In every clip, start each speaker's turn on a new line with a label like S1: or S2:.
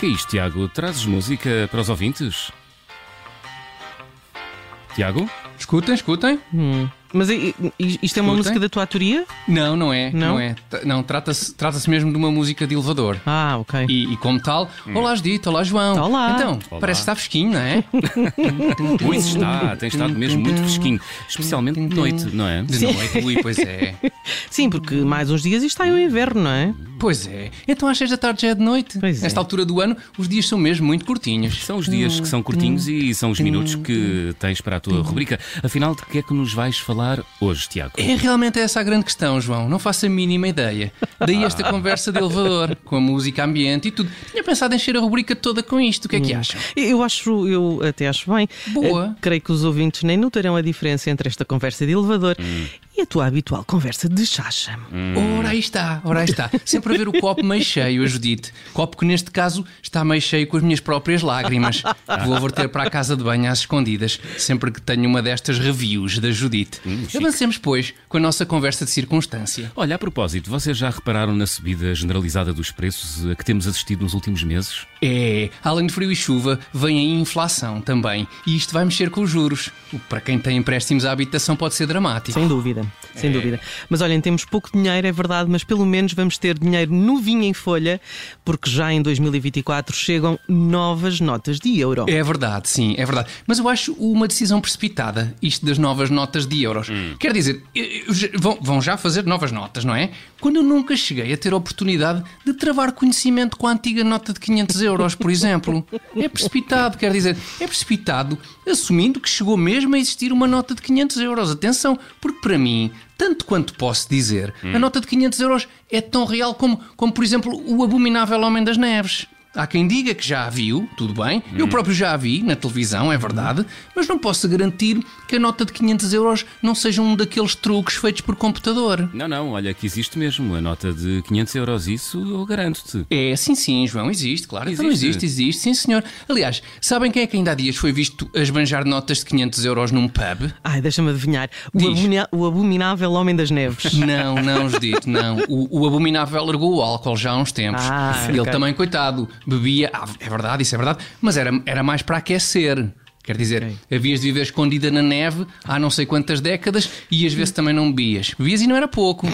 S1: Que é isto, Tiago? Trazes música para os ouvintes? Tiago?
S2: Escutem, escutem.
S3: Hum. Mas i- i- isto é uma
S2: Escutem.
S3: música da tua autoria?
S2: Não, não é. Não,
S3: Não?
S2: é. T- Não, trata-se trata mesmo de uma música de elevador.
S3: Ah, ok.
S2: E, e como tal, olá Judito, olá João.
S3: Olá.
S2: Então,
S1: Olá.
S2: parece que está fresquinho, não é?
S1: Pois está, tem estado mesmo muito fresquinho. Especialmente de noite, não é?
S2: De noite, Ui, pois é.
S3: Sim, porque mais uns dias isto está em um inverno, não é?
S2: Pois é. Então às seis da tarde já é de noite.
S3: Pois é.
S2: Nesta altura do ano, os dias são mesmo muito curtinhos.
S1: São os dias que são curtinhos
S2: Uhum.
S1: e são os minutos que tens para a tua rubrica. Afinal, de que é que nos vais falar hoje, Tiago?
S2: É realmente essa a grande questão, João. Não faço a mínima ideia. Daí esta conversa de elevador, com a música ambiente e tudo. Tinha pensado em encher a rubrica toda com isto. O que é
S3: Hum.
S2: que acham?
S3: Eu acho, eu até acho bem.
S2: Boa.
S3: Eh, creio que os ouvintes nem notarão a diferença entre esta conversa de elevador
S2: Hum.
S3: e a tua habitual conversa de chacha.
S2: Ora aí está, ora aí está. Sempre a ver o copo meio cheio, a Judite. Copo que neste caso está meio cheio com as minhas próprias lágrimas. Vou verter para a casa de banho às escondidas, sempre que tenho uma destas reviews da Judite. Avancemos, pois, com a nossa conversa de circunstância.
S1: Olha, a propósito, vocês já repararam na subida generalizada dos preços a que temos assistido nos últimos meses?
S2: É, além de frio e chuva, vem a inflação também. E isto vai mexer com os juros. O que para quem tem empréstimos à habitação pode ser dramático.
S3: Sem dúvida,
S2: É.
S3: sem dúvida. Mas olhem, temos pouco dinheiro, é verdade, mas pelo menos vamos ter dinheiro no vinho em folha, porque já em 2024 chegam novas notas de euro.
S2: É verdade, sim, é verdade. Mas eu acho uma decisão precipitada, isto das novas notas de euros. Quer dizer, eu- eu já- vão, vão já fazer novas notas, não é? Quando eu nunca cheguei a ter a oportunidade de travar conhecimento com a antiga nota de 500 euros, por exemplo. É precipitado, quer dizer, é precipitado assumindo que chegou mesmo a existir uma nota de 500 euros. Atenção, porque para mim, tanto quanto posso dizer, a nota de 500 euros é tão real como, como por exemplo, o abominável Homem das Neves. Há quem diga que já a viu, tudo bem, eu próprio já a vi na televisão, é verdade, mas não posso garantir que a nota de 500 euros não seja um daqueles truques feitos por computador.
S1: Não, não, olha, que existe mesmo a nota de 500 euros, isso eu garanto-te.
S2: É, sim, sim, João, existe, claro. Então
S1: Existe.
S2: existe, existe, sim senhor. Aliás, sabem quem é que ainda há dias foi visto a esbanjar notas de 500 euros num pub?
S3: Ai, deixa-me adivinhar. O,
S2: Diz.
S3: abomina- o abominável Homem das Neves.
S2: Não, não, Judito, não. O, o abominável largou o álcool já há uns tempos.
S3: Ah,
S2: Ele
S3: ok.
S2: também, coitado, bebia. Ah, é verdade, isso é verdade. Mas era, era mais para aquecer. Quer dizer, havias de viver escondida na neve há não sei quantas décadas e às vezes também não bebias. Bebias e não era pouco.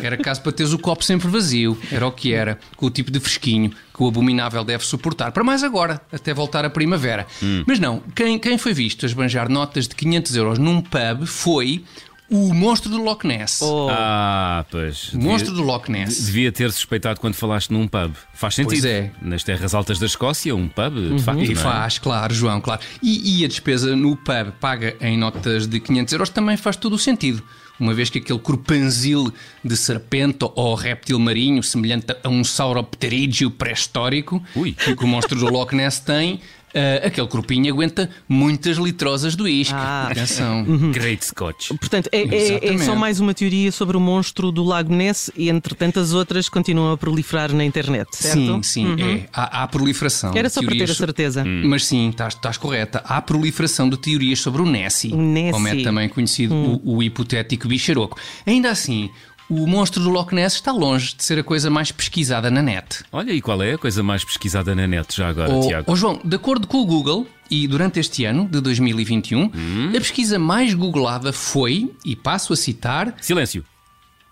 S2: Era caso para teres o copo sempre vazio. Era o que era. Com o tipo de fresquinho que o abominável deve suportar. Para mais agora, até voltar a primavera. Mas não, quem, quem foi visto a esbanjar notas de 500 euros num pub foi o monstro do Loch Ness.
S3: Oh.
S1: Ah, pois. devia-
S2: Monstro do Loch Ness.
S1: Devia ter suspeitado quando falaste num pub. Faz sentido.
S2: Pois é. Uhum.
S1: Nas terras altas da Escócia, um pub, de facto.
S2: E
S1: não é?
S2: faz, claro, João, claro. E, e a despesa no pub paga em notas de 500 euros também faz todo o sentido. Uma vez que aquele corpanzil de serpente ou réptil marinho, semelhante a um sauropterídeo pré-histórico,
S1: Ui.
S2: que o monstro do Loch Ness tem, ah, aquele corpinho aguenta muitas litrosas do isque.
S3: Ah.
S2: Atenção. Uhum.
S1: Great Scotch.
S3: Portanto, é, é- é
S2: Exatamente.
S3: só mais uma teoria sobre o monstro do Lago Ness e, entre tantas outras, continuam a proliferar na internet, certo? Uhum.
S2: Sim, sim, é. Há, há proliferação.
S3: Era
S2: de
S3: só para ter a
S2: teorias hum. so-
S3: certeza.
S2: Mas sim, estás, estás correta. Há proliferação de teorias sobre o Nessie,
S3: O Nessie. Hum.
S2: como é também conhecido o, o hipotético bicharoco. Ainda assim, o monstro do Loch Ness está longe de ser a coisa mais pesquisada na net.
S1: Olha, e qual é a coisa mais pesquisada na net já agora,
S2: Ó
S1: Tiago?
S2: ó, João, de acordo com o Google, e durante este ano de 2021,
S3: Hum.
S2: a pesquisa mais googlada foi, e passo a citar,
S1: Silêncio.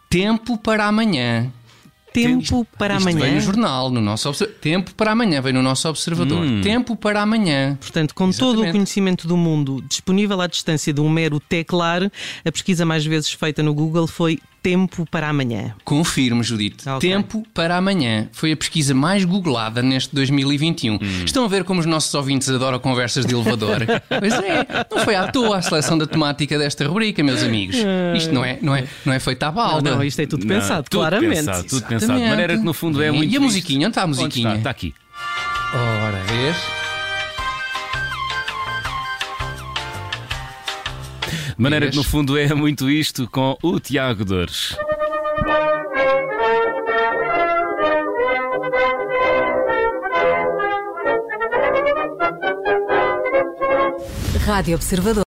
S2: Tempo para amanhã.
S3: Tempo para
S2: Isto
S3: amanhã.
S2: vem no jornal, no nosso obser- Tempo para amanhã, vem no nosso observador.
S3: Hum.
S2: Tempo para amanhã.
S3: Portanto, com todo o
S2: Exatamente.
S3: conhecimento do mundo disponível à distância de um mero teclar, a pesquisa mais vezes feita no Google foi Tempo para amanhã.
S2: Confirmo, Judite.
S3: Ok.
S2: Tempo para amanhã foi a pesquisa mais googlada neste 2021. Estão a ver como os nossos ouvintes adoram conversas de elevador? pois é, não foi à toa a seleção da temática desta rubrica, meus amigos. Isto não é, não é, não é feito à
S3: Ah,
S2: balda.
S3: não, isto é tudo
S1: Não,
S3: pensado,
S1: tudo
S3: claramente.
S1: Pensado, tudo
S2: Exatamente.
S1: pensado. De maneira que, no fundo, é
S2: E-
S1: muito.
S2: e a
S1: isto.
S2: musiquinha? Onde está a
S1: Onde
S2: musiquinha?
S1: Está, Está aqui.
S2: Ora, vês?
S1: De maneira que, no
S2: Vês?
S1: fundo, é muito isto com o Tiago Dores.
S4: Rádio Observador.